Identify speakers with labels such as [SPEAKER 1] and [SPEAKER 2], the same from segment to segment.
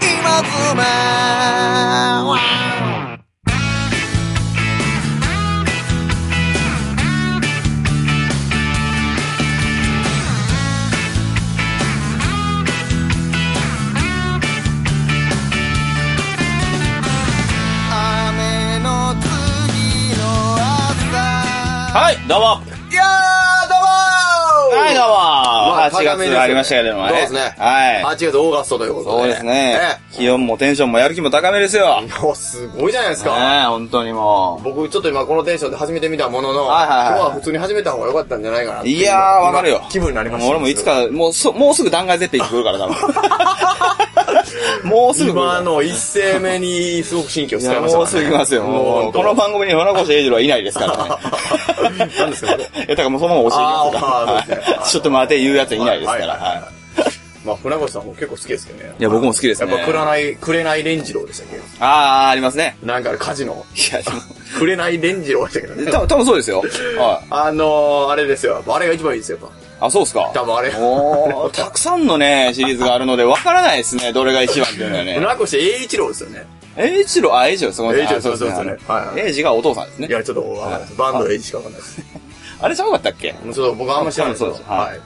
[SPEAKER 1] 集め雨の次の朝
[SPEAKER 2] はい、どうも。
[SPEAKER 1] いやーどうもー
[SPEAKER 2] はい、どうも。
[SPEAKER 1] ま
[SPEAKER 2] 8
[SPEAKER 1] あ高め
[SPEAKER 2] 月
[SPEAKER 1] ですよ
[SPEAKER 2] ありましたけれどもね。
[SPEAKER 1] そうですね。8
[SPEAKER 2] はい。
[SPEAKER 1] 月オーガストということ
[SPEAKER 2] そう
[SPEAKER 1] で。
[SPEAKER 2] ですね。気温もテンションもやる気も高めですよ。ね
[SPEAKER 1] え。いや、すごいじゃないですか。
[SPEAKER 2] え、本当にも
[SPEAKER 1] 僕、ちょっと今このテンションで始めてみたものの、
[SPEAKER 2] はいはいはい
[SPEAKER 1] 今日は普通に始めた方が良かったんじゃないかなっ
[SPEAKER 2] う。
[SPEAKER 1] てう
[SPEAKER 2] いやー、わかるよ
[SPEAKER 1] 今。気分になりました。
[SPEAKER 2] 俺もいつ。か、もうそ、もうすぐ断崖絶壁来るから、多 分。もうすぐ来るから
[SPEAKER 1] 今の一声目にすごく神経を
[SPEAKER 2] い
[SPEAKER 1] 使い
[SPEAKER 2] や、
[SPEAKER 1] ました
[SPEAKER 2] も
[SPEAKER 1] からね。
[SPEAKER 2] うすぐ来ますよ。もう、こ
[SPEAKER 1] こ
[SPEAKER 2] の
[SPEAKER 1] の。
[SPEAKER 2] 番組に船越英二郎はいないですからね
[SPEAKER 1] 何ですかこれ
[SPEAKER 2] え、だからもうそのまま教えてますから
[SPEAKER 1] あーあーそうですね
[SPEAKER 2] はいちょっと待て、言うやついないですか
[SPEAKER 1] は
[SPEAKER 2] ら。
[SPEAKER 1] いはいはい
[SPEAKER 2] はい
[SPEAKER 1] まあ、船越さんも結構好きですけどね。
[SPEAKER 2] いや、僕も好きです
[SPEAKER 1] や
[SPEAKER 2] ね。
[SPEAKER 1] っぱ、くらない、くれないレンジローでしたっけ
[SPEAKER 2] あー、ありますね。
[SPEAKER 1] なんか火事の、
[SPEAKER 2] い や、でも。
[SPEAKER 1] くれないレンジローでしたけどね。
[SPEAKER 2] 多分、多分そうですよ。はい。
[SPEAKER 1] あのー、あれですよ。あれが一番いいですよ、やっ
[SPEAKER 2] あ、そうですか。
[SPEAKER 1] 多分あれ
[SPEAKER 2] おーたくさんのね、シリーズがあるので、わからないですね、どれが一番っていうのはね。
[SPEAKER 1] ぱ。船越英一郎ですよね。
[SPEAKER 2] エイジロ、あ、エイジロ、すごい
[SPEAKER 1] 英二郎
[SPEAKER 2] あ
[SPEAKER 1] そうそうそうですねはいはい
[SPEAKER 2] エイジがお父さんです
[SPEAKER 1] い
[SPEAKER 2] ね。
[SPEAKER 1] や、ちょっとわかんないです。バンド英一しかわかんないです。
[SPEAKER 2] あれちゃうかったっけ
[SPEAKER 1] ちょっと僕はあんま知らないんですよ
[SPEAKER 2] そう。ですはい
[SPEAKER 1] はい。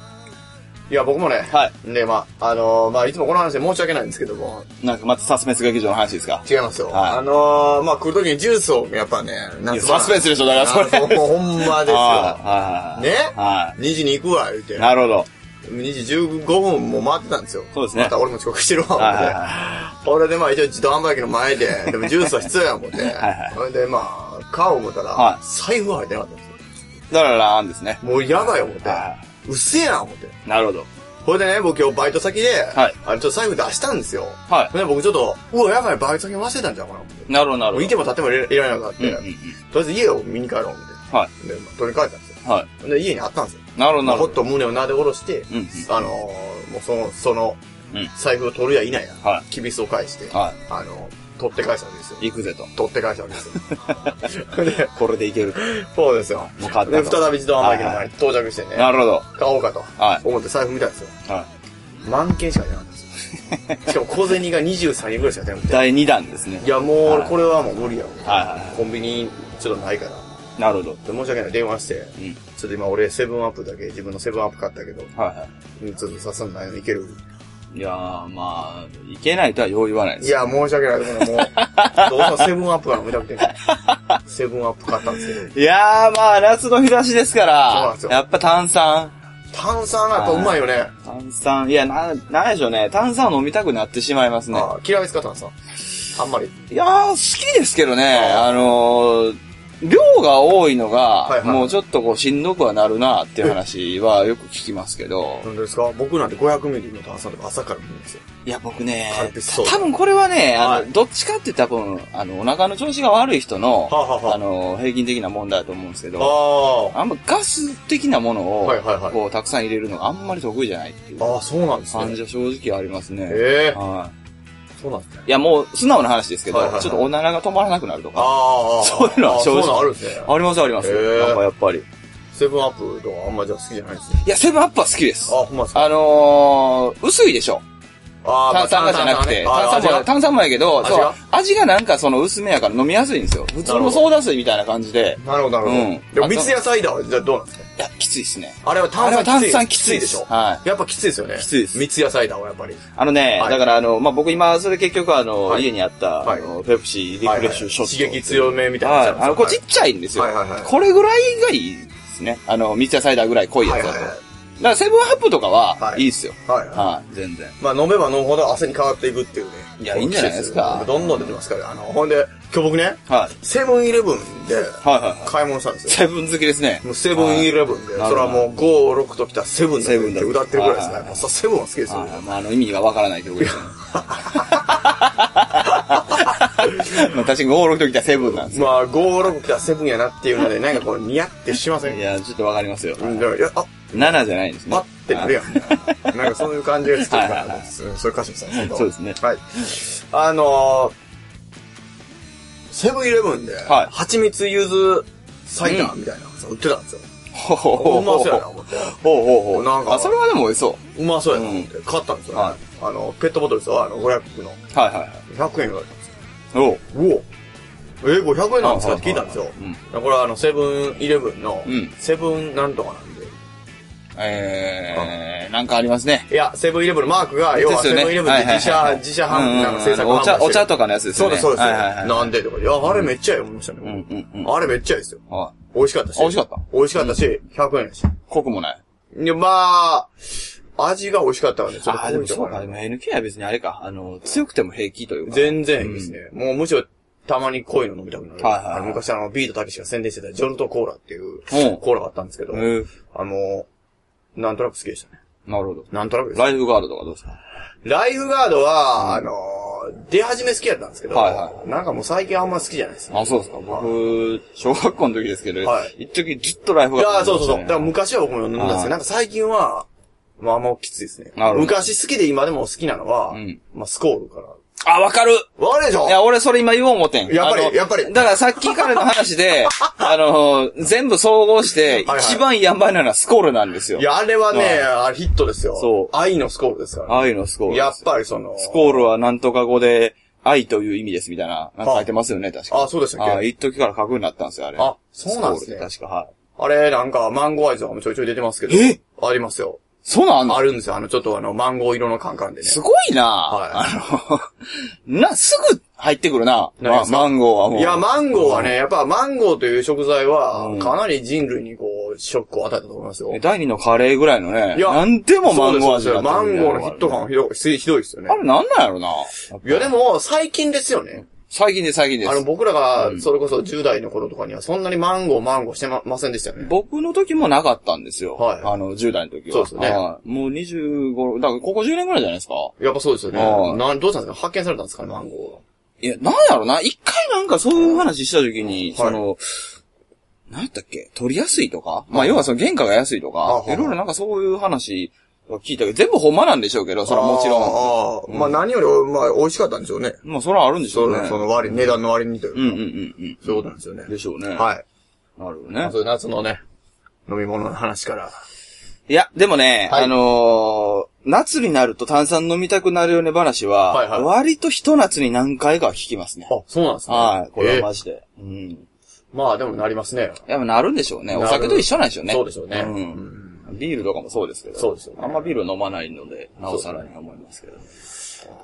[SPEAKER 1] いや、僕もね、
[SPEAKER 2] は
[SPEAKER 1] ね、まあ、あのー、まあ、いつもこの話で申し訳ないんですけども、
[SPEAKER 2] なんか、またサスペンス劇場の話ですか。
[SPEAKER 1] 違いますよ。
[SPEAKER 2] はい
[SPEAKER 1] あのー、まあ、来るときにジュースを、やっぱね、ない
[SPEAKER 2] やサスペンスでしょ、だからそれ。
[SPEAKER 1] もうほんまですよ。
[SPEAKER 2] はいはいはい
[SPEAKER 1] ね
[SPEAKER 2] は
[SPEAKER 1] ?2 時に行くわ、言うて
[SPEAKER 2] い。。なるほど。
[SPEAKER 1] 2時15分も回ってたんですよ。
[SPEAKER 2] そうですね
[SPEAKER 1] また俺も遅刻してるわ、思
[SPEAKER 2] はいはい
[SPEAKER 1] って。俺でまあ一応自動販売機の前で、 でもジュースは必要や思って。
[SPEAKER 2] はいはい
[SPEAKER 1] それでまあ、買おう思ったら、
[SPEAKER 2] は
[SPEAKER 1] 財布入ってなかったんですよ。
[SPEAKER 2] だから、あんですね。
[SPEAKER 1] もうやばい思って
[SPEAKER 2] は。
[SPEAKER 1] うっせえな思って。
[SPEAKER 2] なるほど。
[SPEAKER 1] これでね、僕今日バイト先で、
[SPEAKER 2] はい
[SPEAKER 1] あの、ちょっと財布出したんですよ。
[SPEAKER 2] は
[SPEAKER 1] で、僕ちょっと、うわ、やばい、バイト先忘れたんちゃうかな思って。
[SPEAKER 2] い。なるほど、なる
[SPEAKER 1] も
[SPEAKER 2] ほ
[SPEAKER 1] う
[SPEAKER 2] ど
[SPEAKER 1] いて。も立ってもいらいられなくなって、
[SPEAKER 2] うんうんうん
[SPEAKER 1] とりあえず家を見に帰ろう思って。
[SPEAKER 2] は
[SPEAKER 1] で、まあ取り替えたんですよ。
[SPEAKER 2] い。は
[SPEAKER 1] で、家にあったんですよ。
[SPEAKER 2] い。なるほど、
[SPEAKER 1] ま
[SPEAKER 2] な
[SPEAKER 1] あ
[SPEAKER 2] る
[SPEAKER 1] ほ
[SPEAKER 2] ほ
[SPEAKER 1] っ
[SPEAKER 2] ど。
[SPEAKER 1] と胸をなで下ろして、
[SPEAKER 2] うんうん
[SPEAKER 1] あのーもうその、その、
[SPEAKER 2] うん
[SPEAKER 1] 財布を取るやいないや、
[SPEAKER 2] は
[SPEAKER 1] きびすを返して、
[SPEAKER 2] は
[SPEAKER 1] あのー取って返したんですよ。
[SPEAKER 2] い。行くぜと。
[SPEAKER 1] 取って返したんですよ。 で、
[SPEAKER 2] これでいけると。
[SPEAKER 1] そうですよ。
[SPEAKER 2] もう変わった
[SPEAKER 1] で、
[SPEAKER 2] と
[SPEAKER 1] 再び自動販売機の
[SPEAKER 2] はいは
[SPEAKER 1] 前
[SPEAKER 2] い
[SPEAKER 1] に到着してね、
[SPEAKER 2] なるほど。
[SPEAKER 1] 買おうかと
[SPEAKER 2] は、い
[SPEAKER 1] 思って財布見たんですよ。
[SPEAKER 2] は
[SPEAKER 1] 万件しか出なかったんです よ。しかも小銭が23円ぐらいしか出なく
[SPEAKER 2] い。
[SPEAKER 1] て。
[SPEAKER 2] 第2弾ですね
[SPEAKER 1] い。や、もう俺
[SPEAKER 2] はい
[SPEAKER 1] これはもう無理やろ。
[SPEAKER 2] はいはいは
[SPEAKER 1] コンビニちょっとないから。
[SPEAKER 2] なるほど。
[SPEAKER 1] で申し訳ない。電話して、
[SPEAKER 2] うん
[SPEAKER 1] ちょっと今俺セブンアップだけ、自分のセブンアップ買ったけど、
[SPEAKER 2] はいは
[SPEAKER 1] ちょっとさすがにないのいける
[SPEAKER 2] い。いやー、まあ、いけないとはよう言わないで
[SPEAKER 1] い
[SPEAKER 2] す。
[SPEAKER 1] や、申し訳ない。でもねもう、どうしてもセブンアップが飲みたくてね。 セブンアップ買ったんですけど。
[SPEAKER 2] いやー、まあ、夏の日差しですか
[SPEAKER 1] そうなん
[SPEAKER 2] ら
[SPEAKER 1] です、よ
[SPEAKER 2] やっぱ炭酸。
[SPEAKER 1] 炭酸がやっぱうまいよね。
[SPEAKER 2] 炭酸、いや、な、なんでしょうね。炭酸を飲みたくなってしまいますね。
[SPEAKER 1] あ嫌いですか、炭酸。あんまり。
[SPEAKER 2] いやー、好きですけどね、
[SPEAKER 1] あ
[SPEAKER 2] あのー、量が多いのが、
[SPEAKER 1] はいはい
[SPEAKER 2] もうちょっとこう、しんどくはなるなっていう話はよく聞きますけど、
[SPEAKER 1] 本当ですか僕なんて500ミリの炭酸とか朝から飲むんですよ。
[SPEAKER 2] いや、僕ね
[SPEAKER 1] カルピスソー、ダ
[SPEAKER 2] 多分これはね、あの、
[SPEAKER 1] はい
[SPEAKER 2] どっちかって多分、あの、お腹の調子が悪い人の、
[SPEAKER 1] はあはあはあ
[SPEAKER 2] あの、平均的な問題だと思うんですけど、
[SPEAKER 1] あ
[SPEAKER 2] あんまガス的なものを、
[SPEAKER 1] はいはいはい
[SPEAKER 2] こう、たくさん入れるのがあんまり得意じゃないっていう
[SPEAKER 1] あ。ああ、そうなんです
[SPEAKER 2] 感
[SPEAKER 1] ね。
[SPEAKER 2] じは正直ありますね。
[SPEAKER 1] ええ
[SPEAKER 2] はい
[SPEAKER 1] そうなんですね。
[SPEAKER 2] いや、もう、素直な話ですけど、
[SPEAKER 1] はいはいはい
[SPEAKER 2] ちょっとおならが止まらなくなるとか、
[SPEAKER 1] ああ。
[SPEAKER 2] そういうのは正直
[SPEAKER 1] あそうなんあるんですね。
[SPEAKER 2] ありますあります。
[SPEAKER 1] へー
[SPEAKER 2] なんかやっぱり。
[SPEAKER 1] セブンアップとかあんまじゃ好きじゃないですね。
[SPEAKER 2] いや、セブンアップは好きです。
[SPEAKER 1] あ、ほんまですか
[SPEAKER 2] あのー、薄いでしょ。
[SPEAKER 1] あ
[SPEAKER 2] 炭酸がじゃなくて。炭酸も、炭酸もやけど、
[SPEAKER 1] 味が
[SPEAKER 2] そう味がなんかその薄めやから飲みやすいんですよ。普通
[SPEAKER 1] なるほ
[SPEAKER 2] の
[SPEAKER 1] ど
[SPEAKER 2] ソーダ水みたいな感じで。
[SPEAKER 1] なるほど、なるほど。
[SPEAKER 2] うん
[SPEAKER 1] でも、三ツ矢サイダーはじゃあどうなんですか
[SPEAKER 2] いや、きついですね。
[SPEAKER 1] あれは炭
[SPEAKER 2] あ
[SPEAKER 1] 酸きつい。
[SPEAKER 2] れは炭酸きつい
[SPEAKER 1] で
[SPEAKER 2] で
[SPEAKER 1] し
[SPEAKER 2] す
[SPEAKER 1] ょ。
[SPEAKER 2] はい
[SPEAKER 1] やっぱきついですよね。
[SPEAKER 2] きついです
[SPEAKER 1] 三ツ矢サイダーはやっぱり。
[SPEAKER 2] あのね、
[SPEAKER 1] はい
[SPEAKER 2] だからあの、まあ、僕今、それ結局あの、
[SPEAKER 1] はい
[SPEAKER 2] 家にあった、
[SPEAKER 1] はい
[SPEAKER 2] あの、ペプシーリフレッシュショットっていう、
[SPEAKER 1] 刺激強めみたいな
[SPEAKER 2] は
[SPEAKER 1] や
[SPEAKER 2] い
[SPEAKER 1] つ。
[SPEAKER 2] あの、これち
[SPEAKER 1] ち
[SPEAKER 2] っちゃいんですよ。
[SPEAKER 1] はいはいはい
[SPEAKER 2] これぐらいがいいですね。あの、三ツ矢サイダーぐらい濃いやつだと。
[SPEAKER 1] はいはいはい
[SPEAKER 2] だから、セブンアップとかは
[SPEAKER 1] は、
[SPEAKER 2] い
[SPEAKER 1] い
[SPEAKER 2] いですよ。
[SPEAKER 1] はいはい
[SPEAKER 2] はい、全然。
[SPEAKER 1] まあ、飲めば飲むほど汗に変わっていくっていうね。
[SPEAKER 2] いやいいんじゃないですか
[SPEAKER 1] どんどん出てますから。あの、ほんで、今日僕ね、
[SPEAKER 2] はい。
[SPEAKER 1] セブンイレブンで、
[SPEAKER 2] はいはいはい
[SPEAKER 1] 買い物したんですよ。
[SPEAKER 2] セブン好きですね。
[SPEAKER 1] もうセブンイレブンで、
[SPEAKER 2] はい
[SPEAKER 1] それはもう5、6ときたらセブンだって歌ってるぐらいです
[SPEAKER 2] セブンだ
[SPEAKER 1] から、
[SPEAKER 2] と
[SPEAKER 1] やっぱさセブンは好きですよね。
[SPEAKER 2] あーまあ、あの意味がわからない曲 ですね。まあ、確かに5、6ときたらセブンなんですよ。
[SPEAKER 1] まあ、5、6来たらセブンやなっていうので、なんかこう、ニヤってしません
[SPEAKER 2] いや、ちょっとわかりますよ。
[SPEAKER 1] うんだからいや、あ、
[SPEAKER 2] 7じゃないんですね。
[SPEAKER 1] 待ってなるやん。 なんかそういう感じが好きだ
[SPEAKER 2] はい
[SPEAKER 1] か
[SPEAKER 2] はいは
[SPEAKER 1] ら、そういう歌詞もさん
[SPEAKER 2] そうですね
[SPEAKER 1] はい。あのー、セブンイレブンで、
[SPEAKER 2] はい
[SPEAKER 1] 蜂蜜柚子サイダーみたいなのさ売ってたんですよ。
[SPEAKER 2] あーほほ
[SPEAKER 1] う
[SPEAKER 2] ほ
[SPEAKER 1] ま
[SPEAKER 2] ほ
[SPEAKER 1] そうやな、思って。
[SPEAKER 2] ほうほうほう。
[SPEAKER 1] なんか
[SPEAKER 2] あ、それはでも美味しそう
[SPEAKER 1] まそうやな、思って。買ったんですよ、ね
[SPEAKER 2] はい
[SPEAKER 1] あの、ペットボトルですよ、あの、500の。
[SPEAKER 2] う。はいはいはい。
[SPEAKER 1] 100円ぐらいだったんですよ。
[SPEAKER 2] おう。
[SPEAKER 1] うおえ、500円なんですかって聞いたんですよ
[SPEAKER 2] はいはいはい。
[SPEAKER 1] これはあの、セブンイレブンの
[SPEAKER 2] うん、
[SPEAKER 1] セブンなんとかなんで。
[SPEAKER 2] えー、なんかありますね。
[SPEAKER 1] いや、セブンイレブンのマークが、要
[SPEAKER 2] で
[SPEAKER 1] は
[SPEAKER 2] す
[SPEAKER 1] セ
[SPEAKER 2] よね
[SPEAKER 1] ブンイレブンで
[SPEAKER 2] は
[SPEAKER 1] 自
[SPEAKER 2] いはい
[SPEAKER 1] 社、
[SPEAKER 2] はい
[SPEAKER 1] 自社
[SPEAKER 2] うんうんう
[SPEAKER 1] 販、
[SPEAKER 2] ん
[SPEAKER 1] なんか制作販売
[SPEAKER 2] お茶、お茶と
[SPEAKER 1] か
[SPEAKER 2] かのやつです
[SPEAKER 1] そ
[SPEAKER 2] よ
[SPEAKER 1] うで
[SPEAKER 2] ね。
[SPEAKER 1] す、そうです。
[SPEAKER 2] はいはいはい。
[SPEAKER 1] なんでとか、いや、あれめっちゃええ思いましたね。
[SPEAKER 2] うんうんうん。
[SPEAKER 1] あれめっちゃいいですよ。
[SPEAKER 2] は
[SPEAKER 1] 美味しかったし。
[SPEAKER 2] 美味しかった
[SPEAKER 1] 美味しかったし、100円やし。
[SPEAKER 2] い。濃くもない。
[SPEAKER 1] いや、まあ、味が美味しかったので、ちょっ
[SPEAKER 2] あ
[SPEAKER 1] と
[SPEAKER 2] あ、でもそうか。
[SPEAKER 1] 濃い
[SPEAKER 2] で
[SPEAKER 1] と
[SPEAKER 2] も NK は別にあれか。あの、強くても平気というか。
[SPEAKER 1] 全然いいですね。もうむしろ、たまに濃いの飲みたくなる。
[SPEAKER 2] はいはいはい
[SPEAKER 1] あの昔あの、ビートたけしが宣伝してたジョルトコーラっていう
[SPEAKER 2] うん
[SPEAKER 1] コーラがあったんですけど、
[SPEAKER 2] えー、
[SPEAKER 1] あの、なんとなく好きでしたね。
[SPEAKER 2] なるほど。
[SPEAKER 1] なんとなくです
[SPEAKER 2] ライフガードとかどうですか
[SPEAKER 1] ライフガードは、あのー、出始め好きだったんですけど、
[SPEAKER 2] はいは
[SPEAKER 1] なんかもう最近あんま好きじゃないです。
[SPEAKER 2] あ、そうですか。僕、小学校の時ですけど、
[SPEAKER 1] はい
[SPEAKER 2] 一時ずっとライフ
[SPEAKER 1] い
[SPEAKER 2] ガード飲んでま
[SPEAKER 1] やーそうそう
[SPEAKER 2] した
[SPEAKER 1] そう。
[SPEAKER 2] ね。
[SPEAKER 1] だから昔は僕も飲んだんです
[SPEAKER 2] は
[SPEAKER 1] よ。
[SPEAKER 2] い
[SPEAKER 1] なんか最近は、まああんまきついですね。
[SPEAKER 2] なるほど
[SPEAKER 1] 昔好きで今でも好きなのは、
[SPEAKER 2] ん
[SPEAKER 1] まあスコールから。
[SPEAKER 2] あ、わかる
[SPEAKER 1] わかるでしょ
[SPEAKER 2] いや、俺それ今言おう思てん。
[SPEAKER 1] やっぱり
[SPEAKER 2] あの
[SPEAKER 1] やっぱり
[SPEAKER 2] だからさっき彼の話 で、あの、全部総合して、
[SPEAKER 1] はいはい
[SPEAKER 2] 一番やんばいなのはスコールなんですよ。
[SPEAKER 1] いや、あれはね、
[SPEAKER 2] はい
[SPEAKER 1] あれヒットですよ。
[SPEAKER 2] そう
[SPEAKER 1] 愛のスコールですから、
[SPEAKER 2] 愛のスコール。
[SPEAKER 1] やっぱりその、
[SPEAKER 2] スコールはなんとか語で、愛という意味ですみたいな、なんか書いてますよね、確か。
[SPEAKER 1] あ、そうでしたっ
[SPEAKER 2] あ、
[SPEAKER 1] け
[SPEAKER 2] 一時から書くようになったんですよ、あれ。
[SPEAKER 1] あそうなんですね
[SPEAKER 2] スコールって確か、はい。
[SPEAKER 1] あれ、なんか、マンゴー味とかもちょいちょい出てますけど。
[SPEAKER 2] え
[SPEAKER 1] ありますよ。
[SPEAKER 2] そうなんあんの
[SPEAKER 1] あるんですよ。あの、ちょっとあの、マンゴー色のカンカンでね。
[SPEAKER 2] すごいな、
[SPEAKER 1] はい
[SPEAKER 2] あの、 な、すぐ入ってくるな。
[SPEAKER 1] 何
[SPEAKER 2] ま
[SPEAKER 1] で
[SPEAKER 2] あ、
[SPEAKER 1] すか
[SPEAKER 2] マンゴーはもう。
[SPEAKER 1] いや、マンゴーはね、やっぱマンゴーという食材
[SPEAKER 2] う
[SPEAKER 1] は
[SPEAKER 2] ん、
[SPEAKER 1] かなり人類にこう、ショックを与えたと思いますよ。
[SPEAKER 2] 第二のカレーぐらいのね。
[SPEAKER 1] いや
[SPEAKER 2] なんでもマンゴー味
[SPEAKER 1] そうですそ
[SPEAKER 2] だ
[SPEAKER 1] うですマンゴーのヒット感はひどい、ひどいですよね
[SPEAKER 2] あ。れなんなんやろな。
[SPEAKER 1] いや、でも、最近ですよね。
[SPEAKER 2] 最近です、最近で
[SPEAKER 1] あの、
[SPEAKER 2] す。
[SPEAKER 1] 僕らが、それこそ10代の頃とかには、そんなにマンゴー、マンゴーしてまませんでしたよね。
[SPEAKER 2] 僕の時もなかったんですよ。
[SPEAKER 1] はい
[SPEAKER 2] あの、10代の時は。
[SPEAKER 1] そうですよね
[SPEAKER 2] はいもう25、だからここ10年ぐらいじゃないですか。
[SPEAKER 1] やっぱそうですよ
[SPEAKER 2] は
[SPEAKER 1] ね。
[SPEAKER 2] い
[SPEAKER 1] なん、どうしたんですか発見されたんですかね、マンゴ
[SPEAKER 2] いや、なんやろな。一回なんかそういう話した時に、その、なんやったっけ取りやすいとかまあ、要はその原価が安いと
[SPEAKER 1] あ
[SPEAKER 2] か、
[SPEAKER 1] はい
[SPEAKER 2] いろいろなんかそういう話は聞いたけど、全部ほんまなんでしょうけど、そ
[SPEAKER 1] ー
[SPEAKER 2] れ
[SPEAKER 1] が。
[SPEAKER 2] はもちろ
[SPEAKER 1] ろん。まあ、何より、まあ、美味しかったんでしょうね。
[SPEAKER 2] ん。まあ、それはあるんでしょ
[SPEAKER 1] そうの、
[SPEAKER 2] ね。
[SPEAKER 1] その割に、値段の割にと
[SPEAKER 2] うん
[SPEAKER 1] いうう。
[SPEAKER 2] んうん
[SPEAKER 1] そういうことなんですよね
[SPEAKER 2] うん。。でしょうね。
[SPEAKER 1] はい。
[SPEAKER 2] い。なるほどね。
[SPEAKER 1] そういう夏のね、飲み物の話から。
[SPEAKER 2] いや、でもね、
[SPEAKER 1] はい
[SPEAKER 2] あのー夏になると炭酸飲みたくなるよね話は、
[SPEAKER 1] はいはい
[SPEAKER 2] 割と一夏に何回かは聞きますね。
[SPEAKER 1] あ、そうなんですね。
[SPEAKER 2] はい、これはマ
[SPEAKER 1] え
[SPEAKER 2] ジで。うん。
[SPEAKER 1] ーまあ、でもなりますね。
[SPEAKER 2] やっぱなるんでしょうね。
[SPEAKER 1] なる
[SPEAKER 2] お酒と一緒なんでしょうね。
[SPEAKER 1] そうでしょうね
[SPEAKER 2] ん。ビールとかもそうですけど。
[SPEAKER 1] そうですよね
[SPEAKER 2] あんまビール飲まないので、なおさらに思いますけど。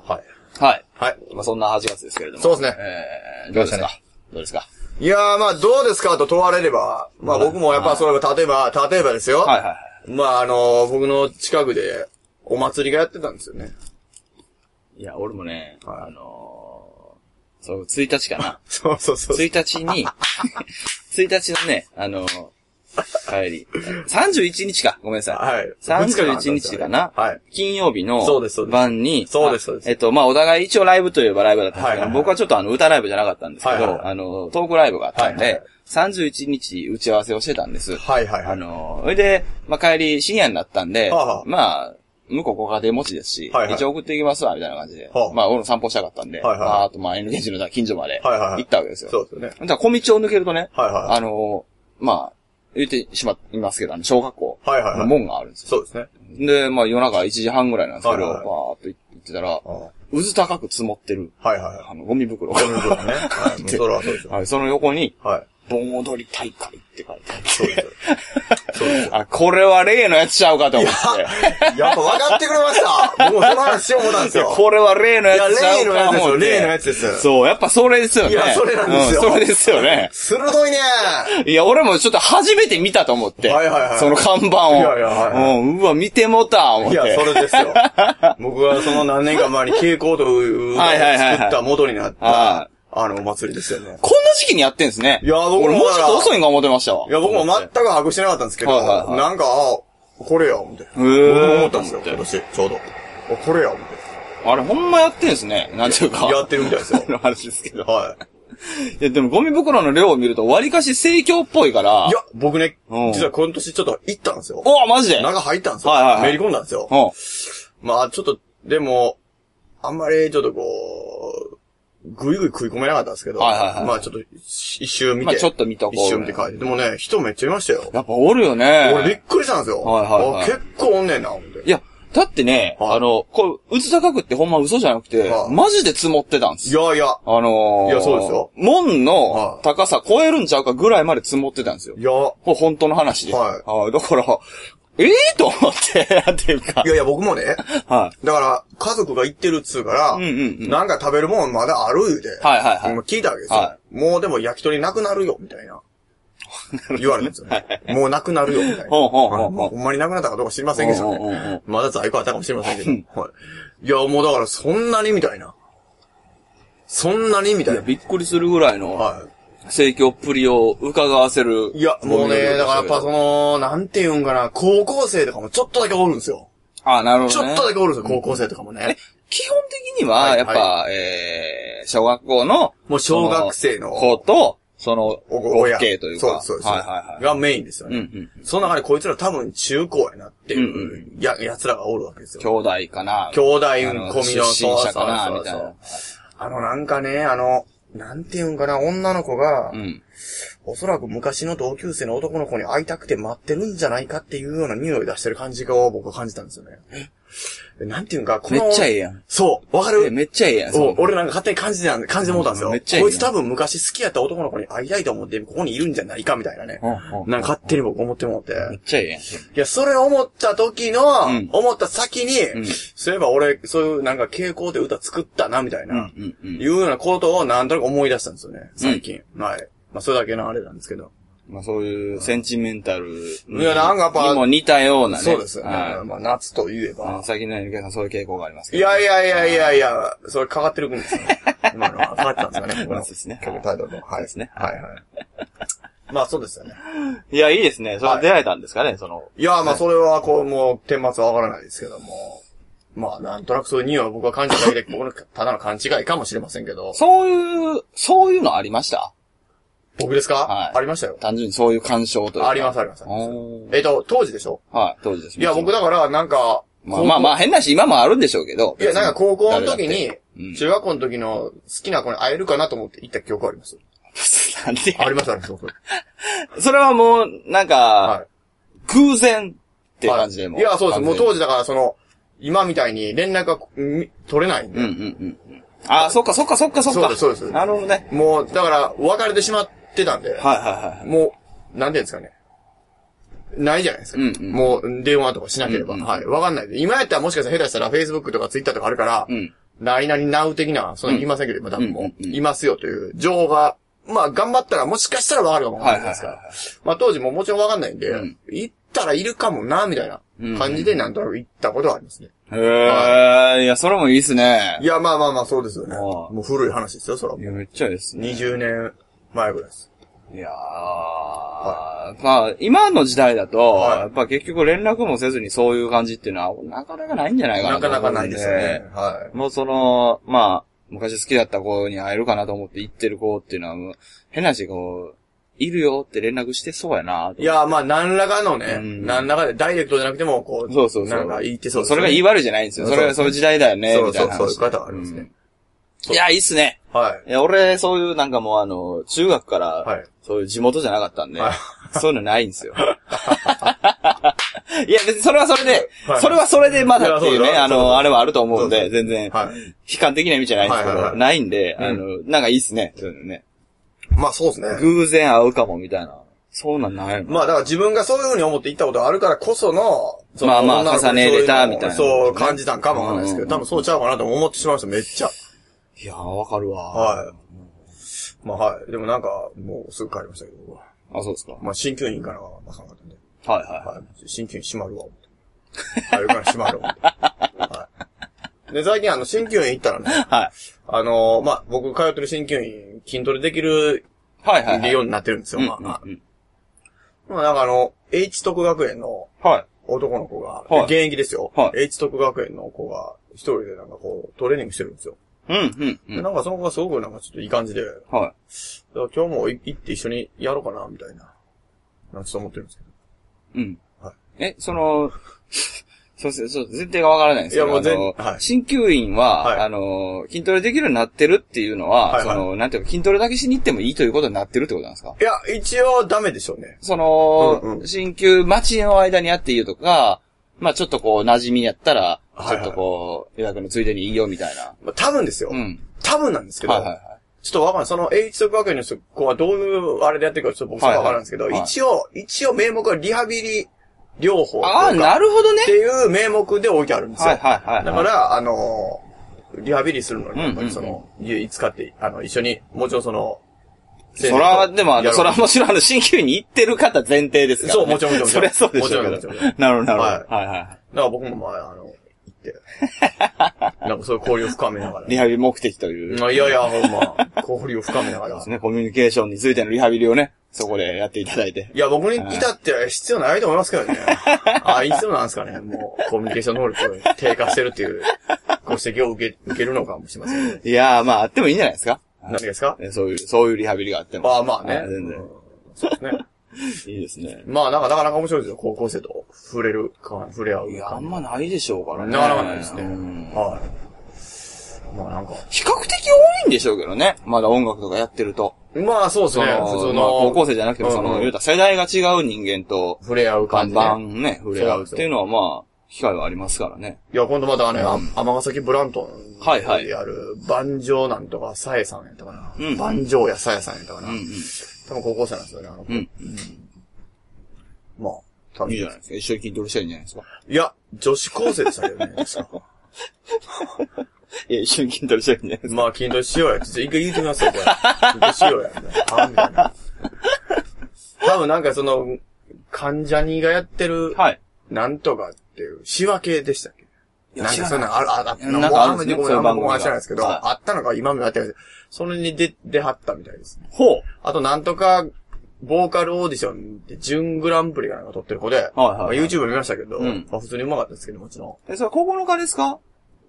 [SPEAKER 1] はい。
[SPEAKER 2] はい。
[SPEAKER 1] はい。
[SPEAKER 2] まあそんな8月ですけれども。
[SPEAKER 1] そうですね
[SPEAKER 2] えー、どうですかどうですか
[SPEAKER 1] いやー、まあ、どうですかと問われれば、まあ僕もやっぱそれは、例えば、例えばですよ。
[SPEAKER 2] はいはいはい。
[SPEAKER 1] まあ、あのー僕の近くで、お祭りがやってたんですよね。
[SPEAKER 2] いや、俺もね、
[SPEAKER 1] はい
[SPEAKER 2] あのー、そう、1日かな。
[SPEAKER 1] そうそうそう。
[SPEAKER 2] 1日 に、1日のね、あの、帰り。31日か。ごめんなさい。
[SPEAKER 1] はい
[SPEAKER 2] 31日かな。
[SPEAKER 1] はい
[SPEAKER 2] 金曜日の
[SPEAKER 1] そうですそうです
[SPEAKER 2] 晩に。
[SPEAKER 1] そうですそうです
[SPEAKER 2] あえっと、まあ、お互い一応ライブといえばライブだったんですけど、
[SPEAKER 1] はいはいはい
[SPEAKER 2] 僕はちょっとあの、歌ライブじゃなかったんですけど、
[SPEAKER 1] はいはいはい
[SPEAKER 2] あの、トークライブがあったんで、
[SPEAKER 1] はいはい
[SPEAKER 2] 31日打ち合わせをしてたんです。
[SPEAKER 1] はいはいは
[SPEAKER 2] あ
[SPEAKER 1] い。
[SPEAKER 2] の、それで、まあ、帰り深夜になったんで、
[SPEAKER 1] はあはあ
[SPEAKER 2] まあ、向こうご家庭持ちですし、
[SPEAKER 1] はいはい
[SPEAKER 2] 一応送っていきますわ、みたいな感じで。
[SPEAKER 1] はあ
[SPEAKER 2] まあ、俺も散歩したかったんで、
[SPEAKER 1] はいはい
[SPEAKER 2] まああと、まあ、NG の近所まで
[SPEAKER 1] はいはいは
[SPEAKER 2] 行
[SPEAKER 1] い
[SPEAKER 2] ったわけですよ。
[SPEAKER 1] そうですよね。
[SPEAKER 2] だから小道を抜けるとね、
[SPEAKER 1] はいはい
[SPEAKER 2] あのーまあ、言ってしまいますけど、あの、小学校
[SPEAKER 1] はいはいは
[SPEAKER 2] の
[SPEAKER 1] い
[SPEAKER 2] 門があるんですよ。
[SPEAKER 1] そうですね。
[SPEAKER 2] で、まあ夜中1時半ぐらいなんですけど、
[SPEAKER 1] はいはいはい
[SPEAKER 2] バーっと行ってたら、
[SPEAKER 1] あは
[SPEAKER 2] うず高く積もってる、
[SPEAKER 1] いはいはい。
[SPEAKER 2] あの、ゴミ袋が。
[SPEAKER 1] そういうことね。 はい。もうそれはそうですよ。
[SPEAKER 2] はい、その横に、
[SPEAKER 1] はい。
[SPEAKER 2] 盆踊り大会って書いてある。
[SPEAKER 1] そうですよ。そうですよ。
[SPEAKER 2] あ、これは例のやつちゃうかと思って。
[SPEAKER 1] やっぱ分かってくれました僕もその話しよう思ったんです
[SPEAKER 2] いや
[SPEAKER 1] よ。
[SPEAKER 2] これは例のやつちゃうかと思って。
[SPEAKER 1] いや例のやつですよ例のやつです
[SPEAKER 2] そう、やっぱそれですよね。
[SPEAKER 1] いやそれなんですよ
[SPEAKER 2] うんそれですよね。
[SPEAKER 1] 鋭いね
[SPEAKER 2] いや、俺もちょっと初めて見たと思って。
[SPEAKER 1] はいはいはい
[SPEAKER 2] その看板を。
[SPEAKER 1] いやいやはいは
[SPEAKER 2] うん、うわ、見てもうた、思っ
[SPEAKER 1] い
[SPEAKER 2] て。
[SPEAKER 1] や、それですよ。僕はその何年か前に蛍光灯を
[SPEAKER 2] はいはいはいはい
[SPEAKER 1] 作った元になっ
[SPEAKER 2] は
[SPEAKER 1] た、あの、お祭りですよね。
[SPEAKER 2] こんな時期にやってんですね。
[SPEAKER 1] いや僕も
[SPEAKER 2] 俺もうちょっと遅いんか思ってましたわ。
[SPEAKER 1] いや、僕も
[SPEAKER 2] 待
[SPEAKER 1] 全く把握してなかったんですけど、
[SPEAKER 2] はいはいはい
[SPEAKER 1] なんか、あこれや、思って。僕
[SPEAKER 2] ー
[SPEAKER 1] も思ったんですよ、今年、ちょうど。あこれや、思って。
[SPEAKER 2] あれ、ほんまやってんですね。なんていうか。
[SPEAKER 1] やってるみたいですよ
[SPEAKER 2] 。の話ですけど。
[SPEAKER 1] はい。
[SPEAKER 2] いや、でもゴミ袋の量を見ると、割かし盛況っぽいから。
[SPEAKER 1] いや、僕ね
[SPEAKER 2] うん、
[SPEAKER 1] 実は今年ちょっと行ったんですよ。
[SPEAKER 2] おマジでうん。
[SPEAKER 1] 中入ったんですよ。
[SPEAKER 2] はいはいはい
[SPEAKER 1] めり込んだんですよ。まあ、ちょっと、でも、あんまり、ちょっとこう、ぐいぐい食い込めなかったんですけど、
[SPEAKER 2] はいはいはい
[SPEAKER 1] まあちょっと一周見
[SPEAKER 2] まあ
[SPEAKER 1] て、
[SPEAKER 2] ちょっと見とこう
[SPEAKER 1] 一周見て帰って、でもね、人めっちゃいましたよ。
[SPEAKER 2] やっぱおるよね。
[SPEAKER 1] 俺びっくりしたんですよ。
[SPEAKER 2] はいはいはい
[SPEAKER 1] あ結構おんねんな、思って。
[SPEAKER 2] いや、だってね、
[SPEAKER 1] はい
[SPEAKER 2] あの、これ、うつ高くってほんま嘘じゃなくて、
[SPEAKER 1] はい
[SPEAKER 2] マジで積もってたんです
[SPEAKER 1] い
[SPEAKER 2] よ。
[SPEAKER 1] やいや、
[SPEAKER 2] あのー、
[SPEAKER 1] いやそうですよ
[SPEAKER 2] 門
[SPEAKER 1] は
[SPEAKER 2] の
[SPEAKER 1] い
[SPEAKER 2] 高さ超えるんちゃうかぐらいまで積もってたんですよ。
[SPEAKER 1] いや、
[SPEAKER 2] これ本当の話です。
[SPEAKER 1] はい
[SPEAKER 2] あだから、ええと思って、なんていうか
[SPEAKER 1] い。やいや、僕もね、
[SPEAKER 2] はい。
[SPEAKER 1] だから、家族が行ってるっつうから、
[SPEAKER 2] んうんうん
[SPEAKER 1] なんか食べるもんまだある言うて、
[SPEAKER 2] はいはいはい
[SPEAKER 1] もう聞いたわけですよ、
[SPEAKER 2] は
[SPEAKER 1] もうでも焼き鳥なくなるよ、みたいな。言われるんですよ、ねもうなくなるよ、みたいな。
[SPEAKER 2] ほうほうほうほう
[SPEAKER 1] まあほんまになくなったかどうか知りませんけど
[SPEAKER 2] ほうほうほう
[SPEAKER 1] ね。まだ在庫あったかもしれませんけど。はい、いや、もうだからそんなにみたいな。そんなにみた
[SPEAKER 2] い
[SPEAKER 1] い
[SPEAKER 2] や、
[SPEAKER 1] な。
[SPEAKER 2] びっくりするぐらいの、
[SPEAKER 1] は
[SPEAKER 2] 盛況っぷりを伺わせる。
[SPEAKER 1] い。いや、もうね、だからやっぱその、なんて言うんかな、高校生とかもちょっとだけおるんですよ。
[SPEAKER 2] あ、なるほ
[SPEAKER 1] ちょ
[SPEAKER 2] ど、ね。
[SPEAKER 1] っとだけおるんですよ、高校生とかもね。
[SPEAKER 2] 基本的には、
[SPEAKER 1] い
[SPEAKER 2] やっぱ、えー、小学校の、
[SPEAKER 1] もう小学生の
[SPEAKER 2] 子と、その、
[SPEAKER 1] お
[SPEAKER 2] 合
[SPEAKER 1] 親。
[SPEAKER 2] 計というか。
[SPEAKER 1] そうですそうです。
[SPEAKER 2] はいはいはい。
[SPEAKER 1] がメインですよね。
[SPEAKER 2] うん
[SPEAKER 1] その中でこいつら多分中高やなっていう、
[SPEAKER 2] うん
[SPEAKER 1] や、奴らがおるわけです
[SPEAKER 2] 兄
[SPEAKER 1] よ。
[SPEAKER 2] 弟かな。
[SPEAKER 1] 兄弟込み
[SPEAKER 2] あ
[SPEAKER 1] の、
[SPEAKER 2] の出身者かな、
[SPEAKER 1] そうそうそう
[SPEAKER 2] みたいな。
[SPEAKER 1] あの、なんかね、あの、なんていうんかな、女の子が、
[SPEAKER 2] うん。
[SPEAKER 1] おそらく昔の同級生の男の子に会いたくて待ってるんじゃないかっていうような匂い出してる感じを僕は感じたんですよね。えなんていうんか、こ
[SPEAKER 2] め
[SPEAKER 1] の、
[SPEAKER 2] っちゃええやん。
[SPEAKER 1] そう、わか
[SPEAKER 2] え
[SPEAKER 1] る
[SPEAKER 2] めっちゃええやん。
[SPEAKER 1] そ
[SPEAKER 2] そ
[SPEAKER 1] う
[SPEAKER 2] の
[SPEAKER 1] 俺なんか勝手に感じてたん、感じてもうたんですよ。
[SPEAKER 2] うんめっちゃいいね
[SPEAKER 1] こいつ多分昔好きやった男の子に会いたいと思って、ここにいるんじゃないかみたいなね。
[SPEAKER 2] うんうん
[SPEAKER 1] なんか勝手に僕思ってもって。
[SPEAKER 2] めっちゃええやん。
[SPEAKER 1] いや、それ思った時の、
[SPEAKER 2] ん
[SPEAKER 1] 思った先に、
[SPEAKER 2] ん
[SPEAKER 1] そういえば俺、そういうなんか傾向で歌作ったな、みたいな、
[SPEAKER 2] うんうん
[SPEAKER 1] いうようなことをなんとなく思い出したんですよね、最近。はい。まあ、それだけのあれなんですけど。
[SPEAKER 2] まあそういう、センチメンタル。
[SPEAKER 1] いやなんかやっぱ
[SPEAKER 2] にも似たようなね。
[SPEAKER 1] そうですよね。
[SPEAKER 2] は
[SPEAKER 1] まあ、夏とい
[SPEAKER 2] い。
[SPEAKER 1] え
[SPEAKER 2] あ
[SPEAKER 1] ば
[SPEAKER 2] の。最近のゆりかさんそういう傾向がありますけ
[SPEAKER 1] い
[SPEAKER 2] ど。
[SPEAKER 1] やいやいやいやいや、それかかってるくんですよ、ね。 今のはかかってたんですか ね、僕
[SPEAKER 2] まあ
[SPEAKER 1] の
[SPEAKER 2] そうですね
[SPEAKER 1] 曲タイトルの。はい。
[SPEAKER 2] ですね
[SPEAKER 1] はいはい。まあ、そうですよね。
[SPEAKER 2] いや、いいですね。それは出会えたんですかね、その。
[SPEAKER 1] いや、まあ、それは、こう、もう、天末はわからないですけども。まあ、なんとなくそういう匂いを僕は感じただけで、僕のただの勘違いかもしれませんけど。
[SPEAKER 2] そういう、そういうのありました
[SPEAKER 1] 僕ですか、
[SPEAKER 2] はい
[SPEAKER 1] ありましたよ。
[SPEAKER 2] 単純にそういう干渉というか。
[SPEAKER 1] あります、あります。あります
[SPEAKER 2] おー
[SPEAKER 1] えっと、当時でしょ
[SPEAKER 2] はい、当時です。
[SPEAKER 1] いや、僕だから、なんか、
[SPEAKER 2] まあまあまあ、変なし、今もあるんでしょうけど。
[SPEAKER 1] いや、なんか高校の時に
[SPEAKER 2] うん、
[SPEAKER 1] 中学校の時の好きな子に会えるかなと思って行った記憶あります。
[SPEAKER 2] なんで
[SPEAKER 1] あります、あります、僕。
[SPEAKER 2] それはもう、なんか
[SPEAKER 1] は、
[SPEAKER 2] 偶然っていう感じでも。
[SPEAKER 1] いや、そうです。もう当
[SPEAKER 2] 時。
[SPEAKER 1] 時だから、その、今みたいに連絡がうん取れないんで。
[SPEAKER 2] うんうんうんうん。ああ、そっかそっかそっかそっか。
[SPEAKER 1] そうですそうです
[SPEAKER 2] なるほどね。
[SPEAKER 1] もう、だから、別れてしまってたんで。
[SPEAKER 2] はいはいはい。
[SPEAKER 1] もう、なんていうんですかね。ないじゃないですか。
[SPEAKER 2] うんうん
[SPEAKER 1] もう、電話とかしなければ。
[SPEAKER 2] うんうん
[SPEAKER 1] はい。わかんないで。今やったらもしかしたら下手したら Facebook とか Twitter とかあるから、
[SPEAKER 2] うん。
[SPEAKER 1] 何々なう的な、その言いませんけど、今多分
[SPEAKER 2] う
[SPEAKER 1] も
[SPEAKER 2] ん
[SPEAKER 1] う、
[SPEAKER 2] うんうん
[SPEAKER 1] いますよという情報が、まあ、頑張ったらもしかしたらわかるかもわかんないですから。まあ、当時ももちろんわかんないんで、
[SPEAKER 2] うん
[SPEAKER 1] 行ったらいるかもな、みたいな感じでなんとなく行ったことはありますね。
[SPEAKER 2] へえ、いや、それもいいっすね。
[SPEAKER 1] いや、まあまあまあ、そうですよね。
[SPEAKER 2] あ
[SPEAKER 1] も
[SPEAKER 2] あ。
[SPEAKER 1] う古い話ですよ、それはい
[SPEAKER 2] や、めっちゃいいっすね。
[SPEAKER 1] 20年前ぐらいです。
[SPEAKER 2] いやー、まあ、今の時代だと、
[SPEAKER 1] はい
[SPEAKER 2] やっぱ結局連絡もせずにそういう感じっていうのは、なかなかないんじゃないかな
[SPEAKER 1] な
[SPEAKER 2] と思
[SPEAKER 1] か
[SPEAKER 2] う
[SPEAKER 1] なんかないですよね。はい。
[SPEAKER 2] もうその、まあ、昔好きだった子に会えるかなと思って行ってる子っていうのはもう、変なし、こう、いるよって連絡してそうやなと
[SPEAKER 1] い、や、まあ、何らかのね、
[SPEAKER 2] うん
[SPEAKER 1] 何らかで、ダイレクトじゃなくても、こう、
[SPEAKER 2] そうそうそう。
[SPEAKER 1] なんか言ってそうです
[SPEAKER 2] そ
[SPEAKER 1] よ
[SPEAKER 2] れが
[SPEAKER 1] ね
[SPEAKER 2] 言い悪いじゃないんですよ。それはそういう時代だよね、
[SPEAKER 1] そう
[SPEAKER 2] みたいな話。
[SPEAKER 1] そうそうそういう方はありますね
[SPEAKER 2] うんいや、いいっすね。
[SPEAKER 1] はい。
[SPEAKER 2] いや、俺、そういうなんかもうあの、中学から、
[SPEAKER 1] はい
[SPEAKER 2] そういう地元じゃなかったんで、
[SPEAKER 1] はい
[SPEAKER 2] そういうのないんですよ。 いや、別にそれはそれで、
[SPEAKER 1] はい
[SPEAKER 2] それはそれでまだっていう
[SPEAKER 1] いやそう
[SPEAKER 2] ね、
[SPEAKER 1] だ
[SPEAKER 2] あ
[SPEAKER 1] そう
[SPEAKER 2] の、
[SPEAKER 1] だ
[SPEAKER 2] あれはあると思うん
[SPEAKER 1] そ
[SPEAKER 2] で、
[SPEAKER 1] う
[SPEAKER 2] 全然、
[SPEAKER 1] はい。
[SPEAKER 2] 悲観的な意味じゃないんですけど、
[SPEAKER 1] はいはいはい
[SPEAKER 2] ないんで、
[SPEAKER 1] うん
[SPEAKER 2] あの、なんかいいっすね、そういうのね。
[SPEAKER 1] まあ、そうですね。
[SPEAKER 2] 偶然会うかも、みたいな。そうなんないの
[SPEAKER 1] まあ、だから自分がそういうふうに思って行ったことがあるからこその、その
[SPEAKER 2] まあまあ
[SPEAKER 1] 女の子に
[SPEAKER 2] 重ねれた
[SPEAKER 1] そううのを
[SPEAKER 2] みたいな
[SPEAKER 1] そう感じたんかもわかんないですけ
[SPEAKER 2] う
[SPEAKER 1] ど、
[SPEAKER 2] んうん
[SPEAKER 1] 多分そうちゃうかなと思ってしまいました、めっちゃ。
[SPEAKER 2] いやー、わかるわ。
[SPEAKER 1] はい。まあ、はい。でもなんか、もうすぐ帰りましたけど、僕は
[SPEAKER 2] あ、そうですか。はい
[SPEAKER 1] まあ、鍼灸院行かなあかんかったんで。
[SPEAKER 2] はいは
[SPEAKER 1] はい。鍼灸院閉まるわ、思って。はい、から閉まるわ、思って。はい。で、最近あの、鍼灸院行ったらね、
[SPEAKER 2] い。はい。
[SPEAKER 1] あのまあ、僕通ってる鍼灸院、筋トレできる
[SPEAKER 2] はいはい、はい。
[SPEAKER 1] ようになってるんですよ。
[SPEAKER 2] うん
[SPEAKER 1] まあ、まあ
[SPEAKER 2] うんうん
[SPEAKER 1] まあなんかあの、H 徳学園の
[SPEAKER 2] はい。
[SPEAKER 1] 男の子が、
[SPEAKER 2] はい
[SPEAKER 1] 現役ですよ、
[SPEAKER 2] は
[SPEAKER 1] H 徳学園の子が、一人でなんかこう、トレーニングしてるんですよ。
[SPEAKER 2] うん、うん、う
[SPEAKER 1] で
[SPEAKER 2] ん。
[SPEAKER 1] なんかその子がすごくなんかちょっといい感じで、だか
[SPEAKER 2] はい。
[SPEAKER 1] ら今日もい行って一緒にやろうかな、みたいな。なんかちょっと思ってるんですけど。
[SPEAKER 2] うん。
[SPEAKER 1] は
[SPEAKER 2] え、その、そうですね、そう、前提がわからないんですけど、
[SPEAKER 1] いやもう全
[SPEAKER 2] あの、
[SPEAKER 1] はい
[SPEAKER 2] 鍼灸院は、
[SPEAKER 1] はい
[SPEAKER 2] あの、筋トレできるようになってるっていうのは、
[SPEAKER 1] はいはい
[SPEAKER 2] その、なんていうか、筋トレだけしに行ってもいいということになってるってことなんですか
[SPEAKER 1] いや、一応ダメでしょうね。
[SPEAKER 2] その、
[SPEAKER 1] うんうん
[SPEAKER 2] 鍼灸待ちの間にやっていいよとか、まあちょっとこう、馴染みやったら、
[SPEAKER 1] は
[SPEAKER 2] ちょ
[SPEAKER 1] いはい
[SPEAKER 2] っとこう、予約のついでにいいよみたいな。
[SPEAKER 1] まあ、多分ですよ。
[SPEAKER 2] うん。
[SPEAKER 1] 多分なんですけど、
[SPEAKER 2] はいはいは
[SPEAKER 1] ちょっとわかんない。その、英一学園の人子はどういうあれでやってるかちょっと僕はわからんですけど、
[SPEAKER 2] はいはい
[SPEAKER 1] 一応、一応名目はリハビリ療法と
[SPEAKER 2] い。ああ、
[SPEAKER 1] か
[SPEAKER 2] なるほどね
[SPEAKER 1] っ。ていう名目で置いてあるんですよ。
[SPEAKER 2] はいはいはいはい。
[SPEAKER 1] だから、あのーリハビリするのに、
[SPEAKER 2] うんうん
[SPEAKER 1] やっぱりその、いつかって、あの、一緒に、もちろんその、
[SPEAKER 2] そら、でもあの、
[SPEAKER 1] やろう
[SPEAKER 2] そらもちろんあの、鍼灸院に行ってる方前提ですから、ね。
[SPEAKER 1] そうもちろんもちろん
[SPEAKER 2] そりゃそうでしょうけど。
[SPEAKER 1] もちろんもちろん
[SPEAKER 2] なるほど、なるほど。
[SPEAKER 1] は
[SPEAKER 2] はいはい。
[SPEAKER 1] だから僕もまあ、あの、行って、なんかそういう交流を深めながら。
[SPEAKER 2] リハビリ目的という。
[SPEAKER 1] まあいやいや、ほんま、交流を深めながら
[SPEAKER 2] です。ね、コミュニケーションについてのリハビリをね、そこでやっていただいて。
[SPEAKER 1] いや、僕に至っては必要ないと思います けどね。ああ、必要なんですかね。もう、コミュニケーション能力が低下してるっていう、ご指摘を受け、受けるのかもしれません、ね。
[SPEAKER 2] いやー、まあ、あってもいいんじゃないですか。
[SPEAKER 1] 何ですか
[SPEAKER 2] ねそういう、そういうリハビリがあっても。
[SPEAKER 1] まあまあね
[SPEAKER 2] は。い全
[SPEAKER 1] う
[SPEAKER 2] 然
[SPEAKER 1] ん。そうですね。
[SPEAKER 2] いいですね。
[SPEAKER 1] まあ、なんか、なかなか面白いですよ。高校生と触れるか、触れ合うか。
[SPEAKER 2] いや、あんまないでしょうからね。
[SPEAKER 1] なかなかないですね。
[SPEAKER 2] うん
[SPEAKER 1] はい。まあなんか。
[SPEAKER 2] 比較的多いんでしょうけどね。まだ音楽とかやってると。
[SPEAKER 1] まあそうですね。普通の。
[SPEAKER 2] まあ高校生じゃなくても、その、
[SPEAKER 1] うん
[SPEAKER 2] 言うたら世代が違う人間と、
[SPEAKER 1] 触れ合う
[SPEAKER 2] バ
[SPEAKER 1] 感
[SPEAKER 2] ン
[SPEAKER 1] じ、
[SPEAKER 2] バ
[SPEAKER 1] ね。
[SPEAKER 2] ンね、触れ合うっていうのは、まあ、機会はありますからね。
[SPEAKER 1] いや、今度またね、あ尼、崎ブラントン。
[SPEAKER 2] はいはい
[SPEAKER 1] やる、万丈なんとか、さえさんやったかな。
[SPEAKER 2] うん
[SPEAKER 1] 万丈やさえさんやったかな。
[SPEAKER 2] うんうん。
[SPEAKER 1] 多分高校生なんですよね、あの子。
[SPEAKER 2] うん
[SPEAKER 1] まあ、多分
[SPEAKER 2] いいじゃないですか。一緒に筋トレしたらいいんじゃないですか。
[SPEAKER 1] いや、女子高生でしたけどね、確 か。
[SPEAKER 2] いや、一緒に筋トレしたらいいんじゃないですか。
[SPEAKER 1] まあ、筋トレしようや。ちょっと一回言うてみますよ、これ。 筋トレしようや。 あみたいな。多分なんかその、患者にがやってる、
[SPEAKER 2] はい。
[SPEAKER 1] なんとかっていう、仕分けでしたっけ
[SPEAKER 2] いや
[SPEAKER 1] なんか
[SPEAKER 2] 知
[SPEAKER 1] そ
[SPEAKER 2] ら
[SPEAKER 1] ん
[SPEAKER 2] な
[SPEAKER 1] ないんある、あ、あ、
[SPEAKER 2] いやなんかあるんですね
[SPEAKER 1] ご
[SPEAKER 2] そう
[SPEAKER 1] めん、あんま僕も
[SPEAKER 2] いう番組が
[SPEAKER 1] 知らないですけど、
[SPEAKER 2] はい
[SPEAKER 1] あったのか今もやってるんですそれに出、出はったみたいですね。
[SPEAKER 2] ほう。
[SPEAKER 1] あと、なんとか、ボーカルオーディションで、準グランプリかなんか撮ってる子で、
[SPEAKER 2] はいはい
[SPEAKER 1] まあ YouTube 見ましたけど、
[SPEAKER 2] うん
[SPEAKER 1] まあ普通にうまかったですけど、もちろん。
[SPEAKER 2] え、それ9日ですか